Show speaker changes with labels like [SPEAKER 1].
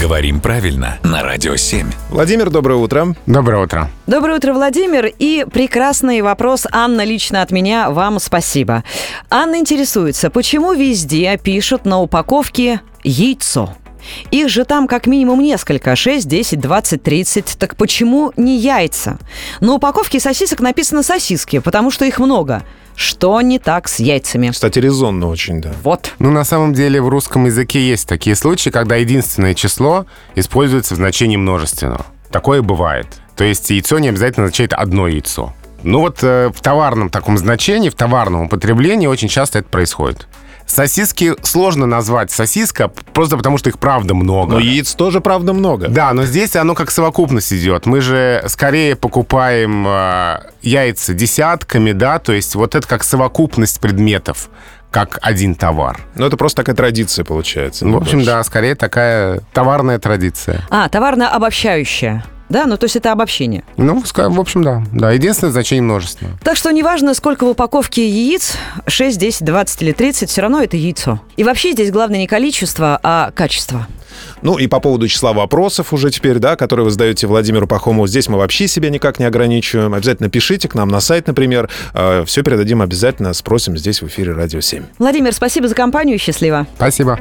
[SPEAKER 1] Говорим правильно на Радио 7.
[SPEAKER 2] Владимир, доброе утро.
[SPEAKER 3] Доброе утро.
[SPEAKER 4] Доброе утро, Владимир. И прекрасный вопрос, Анна, лично от меня вам спасибо. Анна интересуется, почему везде пишут на упаковке «яйцо»? Их же там как минимум несколько. 6, 10, 20, 30. Так почему не яйца? На упаковке сосисок написано сосиски, потому что их много. Что не так с яйцами?
[SPEAKER 2] Кстати, резонно очень, да.
[SPEAKER 4] Вот.
[SPEAKER 3] Ну, на самом деле, в русском языке есть такие случаи, когда единственное число используется в значении множественного. Такое бывает. То есть яйцо не обязательно означает одно яйцо. Ну вот э, в товарном таком значении, в товарном употреблении очень часто это происходит. Сосиски сложно назвать сосиска, просто потому что их правда много.
[SPEAKER 2] Но Ну, яиц тоже, правда, много.
[SPEAKER 3] Да, но здесь оно как совокупность идет. Мы же скорее покупаем э, яйца десятками, да, то есть вот это как совокупность предметов, как один товар.
[SPEAKER 2] Но это просто такая традиция получается.
[SPEAKER 3] Ну,
[SPEAKER 2] не
[SPEAKER 3] в общем,
[SPEAKER 2] больше.
[SPEAKER 3] да, скорее такая товарная традиция.
[SPEAKER 4] А, товарно-обобщающее. Да, ну то есть это обобщение.
[SPEAKER 3] Ну, ска- в общем, да. Да, единственное значение множественное.
[SPEAKER 4] Так что неважно, сколько в упаковке яиц, 6, 10, 20 или 30, все равно это яйцо. И вообще здесь главное не количество, а качество.
[SPEAKER 2] Ну и по поводу числа вопросов уже теперь, да, которые вы задаете Владимиру Пахомову, здесь мы вообще себя никак не ограничиваем. Обязательно пишите к нам на сайт, например. Э, Все передадим обязательно, спросим здесь в эфире «Радио 7».
[SPEAKER 4] Владимир, спасибо за компанию, счастливо.
[SPEAKER 3] Спасибо.